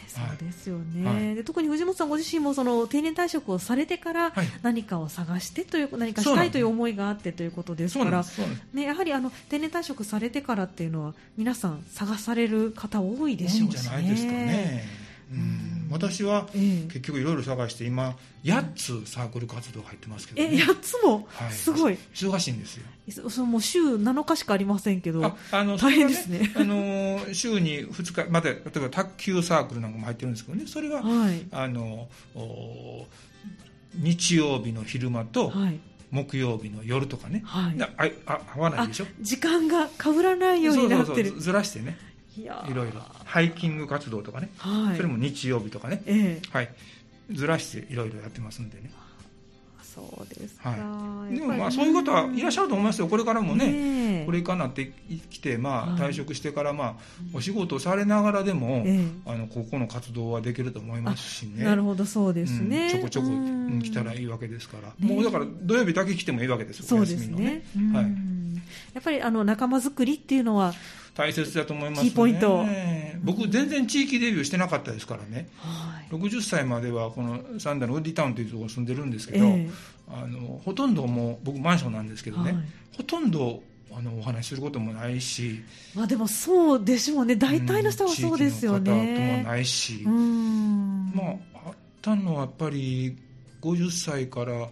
A: そうですよね、
B: はい
A: で特に藤本さんご自身もその定年退職をされてから
B: はい
A: 何かを探してという何か
B: そ
A: した
B: うなん
A: い
B: です
A: という思いがあってということです
B: そう
A: か
B: なん
A: ら
B: です。そうなんです
A: ね、やはりあの定年退職されてからっていうのは皆さん探される方多いで
B: 多
A: し
B: い
A: ょ
B: ん
A: う
B: じ
A: し
B: ゃ
A: ね。
B: ないですかね。うん
A: うん
B: 私は
A: え
B: 結局いろいろ探して今8つサークル活動入ってますけど、
A: ええ
B: ね、
A: 8つも、
B: はい
A: すごい
B: 忙しいんですよ
A: そそのもう週7日しかありませんけど
B: ああの
A: 大変ですね
B: それはねあの週に2日まで例えば卓球サークルなんかも入ってるんですけどねそれは、
A: はい、
B: あのお日曜日の昼間と
A: はい
B: 木曜日の夜とかね、
A: はい
B: なああ合わないでしょ
A: 時間が被らないよう
B: そ
A: に
B: うそ
A: な
B: う
A: っ
B: そ
A: て
B: う
A: る
B: ずずらしてね
A: いやー
B: いろいろハイキング活動とかね、
A: はい
B: それも日曜日とかね
A: ええ
B: はいずらしていろいろやってますんでね
A: そうですか、
B: はい、でもまあそういう方はいらっしゃると思いますよ、これからもね、
A: ねえ
B: これからなってきて、まあ、
A: はい
B: 退職してから、まあ、お仕事をされながらでも、
A: ええ
B: あのここの活動はできると思いますしね、
A: なるほどそうですね、
B: うんちょこちょこ
A: うん
B: うん来たらいいわけですから、
A: ね
B: もうだから土曜日だけ来てもいいわけですよ、
A: そ
B: お
A: うで
B: 休
A: す
B: みの
A: ね
B: ね、
A: うん
B: はい、
A: やっぱりあの仲間作りっていうのは、
B: 大切だと思います
A: キーポイント
B: ね。僕、全然地域デビューしてなかったですからね。
A: はい
B: 60歳まではこのサンダのウッディタウンというところに住んでるんですけど、
A: ええ
B: あのほとんどもう僕マンションなんですけどね、
A: はい
B: ほとんどあのお話しすることもないし
A: まあ、でもそうでしょうね大体の人は
B: ん
A: そうですよ
B: 地域の方とも
A: ね。
B: ないし、
A: うん
B: まああったのはやっぱり50歳から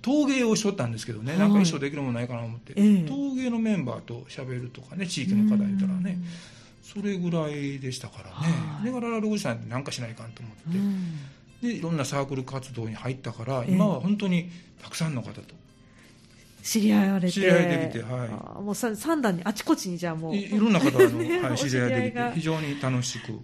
B: 陶芸をしとったんですけどね、
A: はい
B: なんか一生できるもんないかなと思って、
A: ええ
B: 陶芸のメンバーと喋るとかね地域の方いたらね、それぐらいでしたからね、
A: はい
B: だから60歳なんてなんかしないかんと思って。
A: うんうん
B: でいろんなサークル活動に入ったから、
A: ええ
B: 今は本当にたくさんの方と
A: 知り合われて
B: 知り合いできてはい
A: あーもうさ三段にあちこちにじゃあもう
B: いいろんな [laughs] 方の、
A: ね [laughs]
B: はい、
A: お
B: 知り合いでき
A: が
B: て非常に楽しく、
A: ね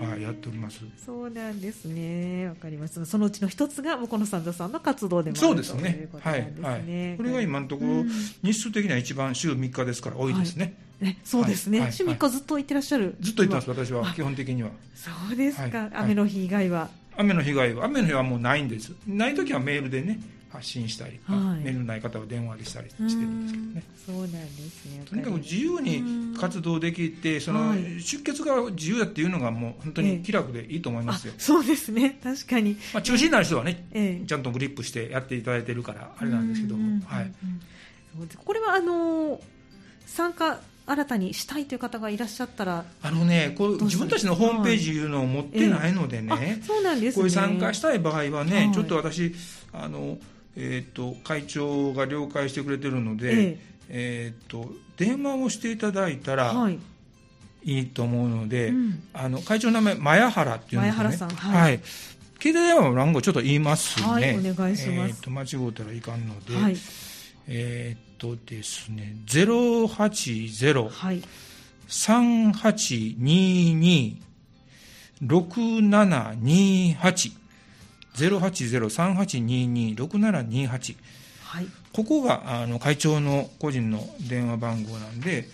A: え
B: はい、やっております
A: そうなんですね。わかります。そのうちの一つが、向こうの三田さんの活動でもある
B: そうです
A: とい
B: ね
A: うこと
B: は
A: ないんですね。
B: はいこれが今のところ、
A: うん
B: 日数的には一番週3日ですから多いですね、
A: ね、そうですね。
B: はいはい
A: 趣味家ずっと行ってらっしゃる。
B: ずっと言ってます私
A: あ
B: は基本的には
A: そうですか、
B: はい
A: 雨の日以外は。
B: 雨の被害は雨の日はもうないんですない時はメールでね発信したり、
A: はい
B: まあメールのない方は電話でしたりしてるんですけどね
A: うんそうなんですね。
B: とにかく自由に活動できて、その
A: はい
B: 出血が自由だっていうのがもう本当に気楽でいいと思い
A: あ
B: ますよ、
A: そうですね。確かに。
B: まあ、中心になる人はね、
A: ええ
B: ちゃんとグリップしてやっていただいてるから、あれなんですけども、はい、。
A: そうですこれは、あのー参加、新たにしたいという方がいらっしゃったら、
B: あのねこう
A: どうする
B: 自分たちのホームページいうのを持ってないのでね、
A: あそうなんですね。
B: こういう参加したい場合はね、
A: はい
B: ちょっと私あの、えー、と会長が了解してくれてるので、
A: え
B: えーと電話をしていただいたら
A: はい。
B: いいと思うので、
A: うん
B: あの会長の名前前原っていうんですよね
A: 前原さんはい
B: 携帯電話の番号ちょっと言いますね、
A: はいお願いします
B: えーと間違うたらいかんので、
A: はい。
B: えーっとですね、080
A: はい。
B: 三八二二六七二八ゼロ八ゼロ三八二二六七二八
A: はい。
B: ここがあの会長の個人の電話番号なんで。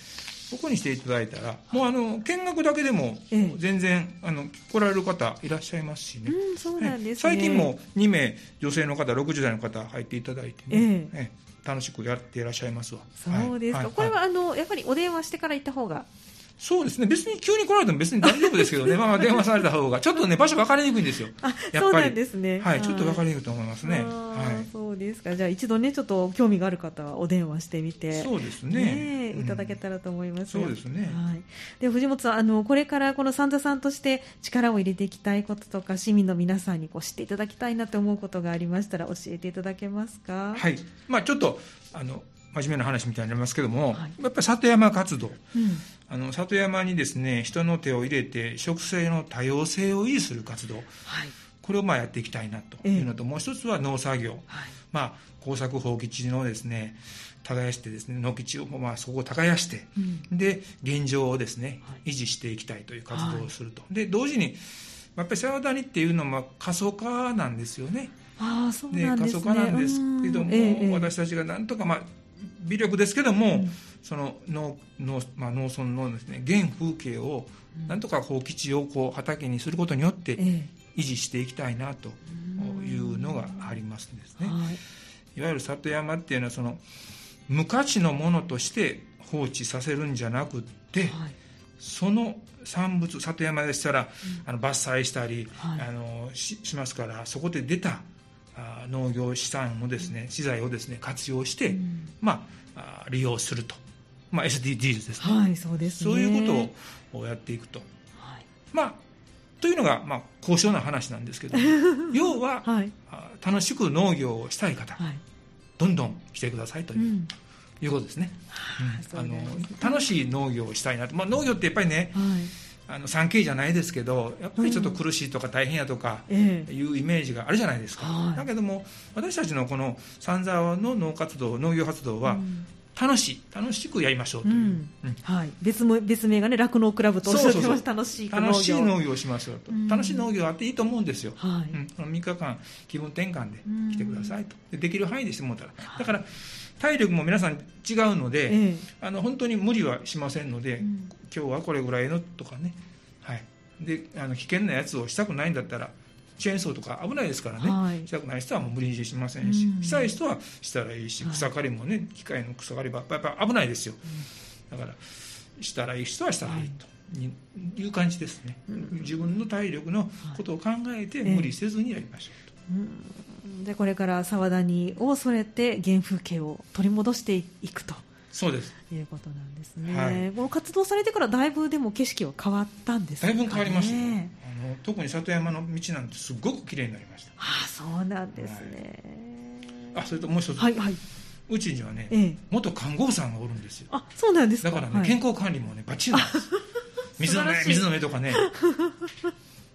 B: ここにしていただいたら、もうあの見学だけでも
A: ええ
B: 全然、あの来られる方いらっしゃいますしね。
A: うん、そうなんです、ね。
B: 最近も2名女性の方60代の方入っていただいて、ねええ楽しくやっていらっしゃいますわ
A: そうですか、
B: いい
A: これは、
B: い
A: あのやっぱりお電話してから行った方が
B: そうですね別に急に来られても別に大丈夫ですけ
A: [laughs]
B: どねまあまあ電話された方がちょっとね場所分かりにくいんですよ
A: あ
B: や
A: そ
B: っ
A: う
B: ぱ
A: なん
B: り
A: ですね
B: はいちょっと分か
A: り
B: りにくいと思いますね
A: そうそうですか。じゃあ一度ね、ちょっと興味がある方はお電話してみて、
B: そうですね
A: いただけたらと思います。
B: そうですね
A: はい。で、藤本さん、あの、これからこのサンタさんとして力を入れていきたいこととか、市民の皆さんにこう知っていただきたいなと思うことがありましたら教えていただけますか。
B: はい。まあちょっと、あの、真面目な話みたいになりますけども、やっぱり里山活動。
A: うん。
B: あの里山にですね人の手を入れて植生の多様性を維持する活動
A: はい。
B: これをまあやっていきたいなというのと、もう一つは農作業、
A: はい。
B: まあ、耕作放棄地のですね耕してですね農基地を、まあ、そこを耕して、
A: うん。
B: で現状をですね、
A: は
B: 維持していきたいという活動をすると、で同時にまあやっぱり沢谷っていうのはまあ過疎化なんですよね
A: ああ、そう
B: で
A: なん
B: 過
A: です
B: 疎
A: ね。
B: 化なんですけども、
A: うんええええ
B: 私たちがなんとか、まあ、微力ですけど
A: う
B: も、
A: ん
B: その農農,、まあ、農村のですね現風景をなんとか放棄地をこう畑にすることによって維
A: え
B: 持していきたいなというのがありますんです
A: え
B: ね。
A: はい。
B: いわゆる里山っていうのはその無価値のものとして放置させるんじゃなくって
A: はい。
B: その産物里山でしたら、あの伐採したり、
A: はい
B: あのししますからそこで出たあー農業資産をですね資材をですね活用して、
A: うん
B: まああー利用すると、まあ、SDGs ですね、
A: はい、そうですね。
B: そういうことをやっていくと。
A: はい。
B: まあというのが、まあ、高尚な話なんですけ
A: [laughs]
B: ど要は、
A: はい。
B: あー楽しく農業をしたい方、
A: はい。
B: どんどん来てくださいと
A: う
B: いう,、
A: ん。
B: いうことですね。
A: あ
B: あの
A: そうですね
B: 楽しい農業をしたいなと、まあ、農業ってやっぱりね
A: はい。
B: あの 3K じゃないですけどやっぱりちょっと苦しいとか大変やとか
A: ええ。
B: いうイメージがあるじゃないですか、
A: はい
B: だけども私たちのこの三沢の農活動農業活動は
A: うん
B: 楽しい楽しくやりましょうという、
A: うん
B: うん
A: はい。別も、別名がね、酪農クラブとおっしゃってま
B: そう
A: し
B: そう
A: た。楽しい農業。
B: 楽しい農業をしましょうと、
A: うん
B: 楽しい農業あっていいと思うんですよ、
A: は
B: うん、この3日間気分転換で来てくださいと、でできる範囲でしてもらったら
A: はい
B: だから体力も皆さん違うので、
A: い。ええ。
B: あの本当に無理はしませんので、
A: うん
B: 今日はこれぐらいのとかね、はい、であの危険なやつをしたくないんだったらチェーンソーとか危ないですからね、
A: はい
B: したくない人はもう無理にしませんし、
A: うん
B: したい人はしたらいいし
A: はい
B: 草刈りもね機械の草刈りはやっぱ危ないですよ、だからしたらいい人はしたらいいと。いいう感じですね、
A: うん
B: 自分の体力のことを考えて
A: はい
B: 無理せずにやりましょうと、
A: うんでこれから沢谷を添えて原風景を取り戻していくと
B: そうです
A: いうことなんですね、
B: はい
A: この活動されてからだいぶでも景色は変わったんです
B: だ
A: か、
B: い
A: ね、
B: ぶ変わりましたよ、あの特に里山の道なんてすごく綺麗になりました
A: ああそうなんですね、
B: あそれともう一つ、
A: はいはい、
B: うちにはね、
A: ええ
B: 元看護婦さんがおるんですよ
A: あそうなんですか
B: だからね、
A: はい
B: 健康管理もねバッチリなんです
A: [laughs]
B: 水の
A: 素晴ら
B: 目
A: しい
B: 水の目と
A: [laughs]
B: かね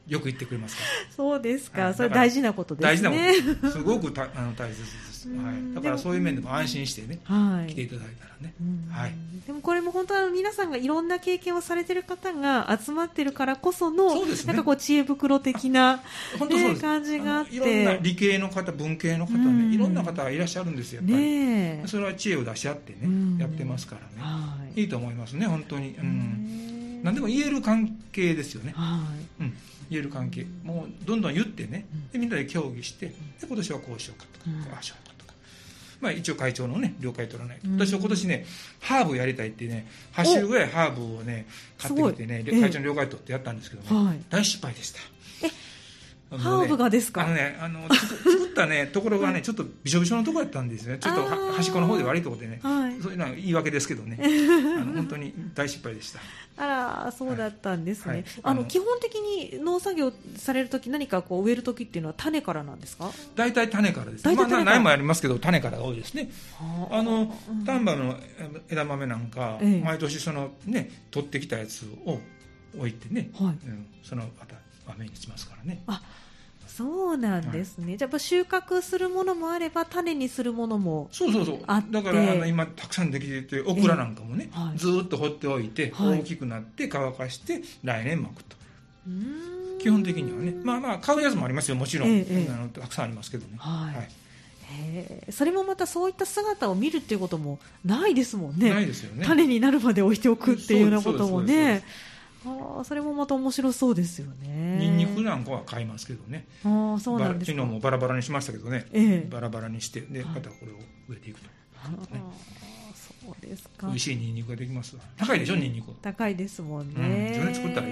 B: よく言ってくれますか
A: そうですか、
B: はい
A: それ
B: だから
A: 大事なこと
B: ら
A: ですね
B: 大事なことですすごくたあ [laughs] の大切です、
A: うん
B: はい、
A: で
B: だか
A: も
B: らそういう面でも安心してね
A: はい
B: 来ていただいたらね
A: うん
B: はい
A: でもこれも本当は皆さんがいろんな経験をされてる方が集まってるからこその
B: そうです
A: な
B: ね
A: んかこう知恵袋的な
B: 本当そうです、
A: ね感じがあって
B: のいろんな理系の方文系の方
A: うん
B: ねいろんな方がいらっしゃるんですよやっぱり、
A: ねえ
B: それは知恵を出し合ってね、
A: うん
B: やってますからね
A: はい
B: いいと思いますね本当に、うん、
A: ねえ
B: 何でも言える関係ですよね
A: はい
B: うん、言える関係もうどんどん言ってねでみんなで協議してで今年はこうしようかとか、
A: うん
B: こうしようかとか、まあ、一応会長のね了解取らないと、
A: うん
B: 私は今年ねハーブやりたいってね8種類ぐらいハーブをね買ってきてね
A: すごいええ
B: 会長の了解取ってやったんですけども、
A: はい
B: 大失敗でしたあの
A: ハ
B: ね
A: ーブがですか
B: あのねあのつく作ったねところがねちょっとびしょびしょのところだったんですねちょっとは
A: あー
B: 端っこの方で悪いところでね、
A: はい
B: そういうのは言い訳ですけどねあの本当に大失敗でした
A: あらそうだったんですね、
B: はい
A: あの
B: あの
A: 基本的に農作業されるとき何かこう植えるときっていうのは種からなんですか
B: 大体種からです
A: 大
B: ね、
A: 体
B: ま
A: 種から
B: あ、苗もありますけど種からが多いですねあの
A: うん
B: 丹波の枝豆なんか、
A: ええ
B: 毎年その、ね、取ってきたやつを置いてね、
A: はい
B: うん、そのまた豆にしますからね
A: あそうなんですね、じゃあやっぱ収穫するものもあれば種にするものも
B: そうそうそう
A: あって
B: だからあの今たくさんできててオクラなんかもね、
A: ええはい
B: ずーっと掘っておいて、
A: はい
B: 大きくなって乾かして来年巻くと
A: うーん
B: 基本的にはねまあまあ買うやつもありますよもちろん、
A: ええええ
B: あのたくさんありますけどね、
A: はいへえそれもまたそういった姿を見るっていうこともないですもんね
B: ないですよね
A: 種になるまで置いておくっていうようなこともね
B: そうですそうですそうです
A: あーそれもまた面白そうですよね
B: ニンニクなんかは買いますけどね
A: あーそうなんです
B: 昨
A: か
B: 日もバラバラにしましたけどね、
A: ええ
B: バラバラにしてで
A: はい
B: またこれを植えていくと、
A: あーそうですか
B: 美味しいニンニクができますわ高いでしょニンニク
A: 高いですもんね、
B: うん自分で作ったらい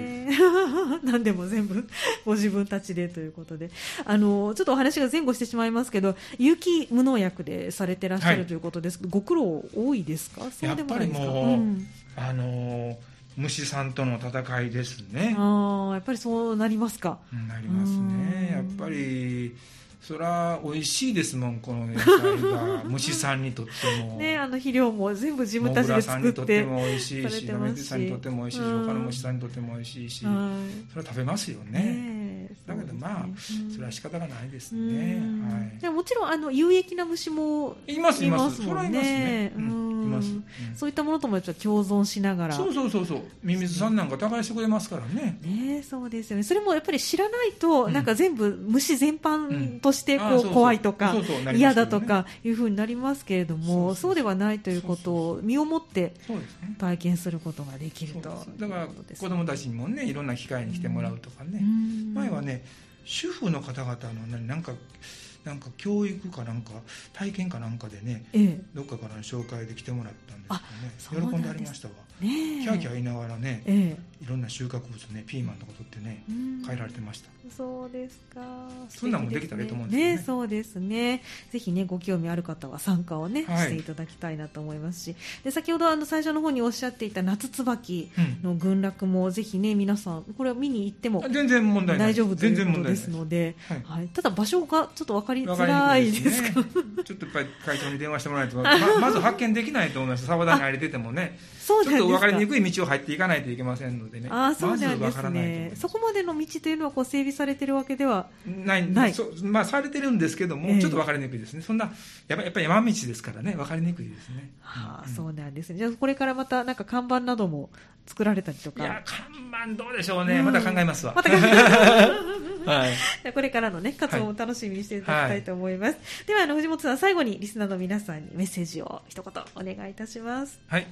A: [laughs]
B: い
A: 何でも全部ご自分たちでということであのちょっとお話が前後してしまいますけど有機無農薬でされてらっしゃる、
B: はい
A: ということですご苦労多いですかそ
B: や
A: う
B: っ
A: でも
B: ぱ
A: な
B: り
A: いですか
B: もう、
A: ん
B: あのー虫さんとの戦いですね
A: ああやっぱりそうなりますか
B: うんなりますねや
A: う
B: っ
A: ん
B: ぱりそら美味しいですもんこの野菜
A: [laughs]
B: が虫さんにとっても、
A: ねあの肥料も全部自
B: モ
A: 分た
B: グ
A: ちで
B: ラさん
A: 作っ
B: にとってても美味しい
A: され
B: してナ
A: ますし
B: メさんにとっても美味しいし
A: うん
B: 他の虫さんにとっても美味しいし、
A: はい
B: それは食べますよね
A: ねえ
B: だけどま
A: そ
B: あ
A: うですねうん
B: それは仕方がないですね、は
A: ね
B: い
A: でももちろんあの有益な虫も
B: いますいます
A: も
B: それはい
A: ん
B: ますね
A: ね。
B: う
A: うんん
B: いますうん
A: そういったものともちょっと共存しながら。
B: そうそうそうそうミミズさんなんか耕してくれますからね
A: ね、そうですよね。それもやっぱり知らないと、
B: うん
A: なんか全部虫全般として
B: うん
A: こ
B: あそう
A: う
B: そう
A: 怖いとか
B: そうそうなりますよね
A: 嫌だとかいうふうになりますけれど
B: そうそうそ
A: も、
B: う
A: そうではないということを身をもって
B: そうですね
A: 体験することができる
B: そう
A: と
B: です。だから
A: いうことです
B: 子供たちにもねいろんな機会に来てもらうとかね、
A: うん
B: 前はね主婦の方々の何なんかなんか教育かなんか体験かなんかでね
A: ええ、
B: どっかからの紹介で来てもらったんですけど
A: あ
B: ね
A: そうなん
B: 喜
A: ん
B: で
A: です
B: ありましたわ
A: ねえ、
B: キャーキャー言いながらね
A: え
B: いろんな収穫物ねピーマンとか取ってね
A: え、うん
B: 変えられてました
A: そうですか。
B: そんなんもできたらいいと思うんですよ
A: ね。
B: ね
A: そうですね。ぜひね、ご興味ある方は参加をね、
B: は
A: し
B: い
A: ていただきたいなと思いますし、で先ほどあの最初の方におっしゃっていた夏椿
B: うん
A: の群落もぜひね、皆さんこれを見に行っても
B: あ全然問題ない
A: 大丈夫とい
B: 全
A: う
B: 然
A: こ
B: 問
A: と
B: 題
A: で
B: な
A: す
B: い
A: ので、
B: はい
A: はい。ただ場所がちょっとわかり
B: わ
A: づ
B: かり
A: らい
B: にく
A: です
B: ね
A: か。
B: [laughs] ちょっとやっぱり会長に電話してもらえないとま
A: [laughs]
B: まず発見できないと思います沢田に入れててもね
A: そう
B: ち
A: なん
B: ょっ
A: です
B: と
A: か。
B: 分かりにくい道を入っていかないといけませんのでね
A: ああ、そうなん
B: ま
A: で
B: ず分
A: す
B: からないと思い
A: ね
B: ま。す
A: そこまでの道というのはこう整備されてるわけでは、
B: ない
A: ない
B: そうまあ、されてるんですけども、
A: ええ
B: ちょっと分かりにくいですね、そんな、やっぱやっぱり山道ですからね、分かりにくいですね。
A: はあ、
B: うん
A: そうなんですね。じゃあこれからまたなんか看板なども作られたりと
B: い
A: か。
B: や、看板どうでしょうね、
A: うん
B: また考えますわ。
A: また考えます
B: [laughs] はい、
A: じゃあこれからのね、活動も楽しみにしていただきたいと思います。では、あの、藤本さん、最後にリスナーの皆さんにメッセージを一言お願いいたします。
B: はい、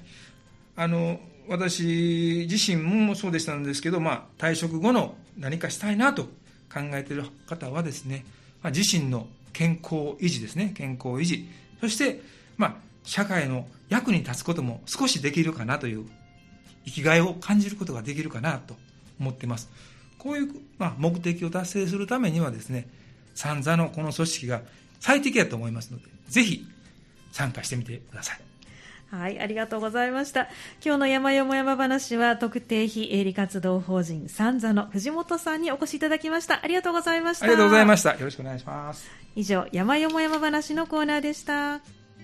B: あの私自身もそうでしたんですけど、まあ、退職後の何かしたいなと考えている方はですね、まあ、自身の健康維持ですね健康維持そして、まあ、社会の役に立つことも少しできるかなという生きがいを感じることができるかなと思っていますこういう、まあ、目的を達成するためにはですね三座のこの組織が最適だと思いますのでぜひ参加してみてください
A: はい、ありがとうございました。今日の山よも山話は、特定非営利活動法人三座の藤本さんにお越しいただきました。ありがとうございました。
B: ありがとうございま
A: した。
B: した。よろしくお願いします。
A: 以上、山よも山話のコーナーでした。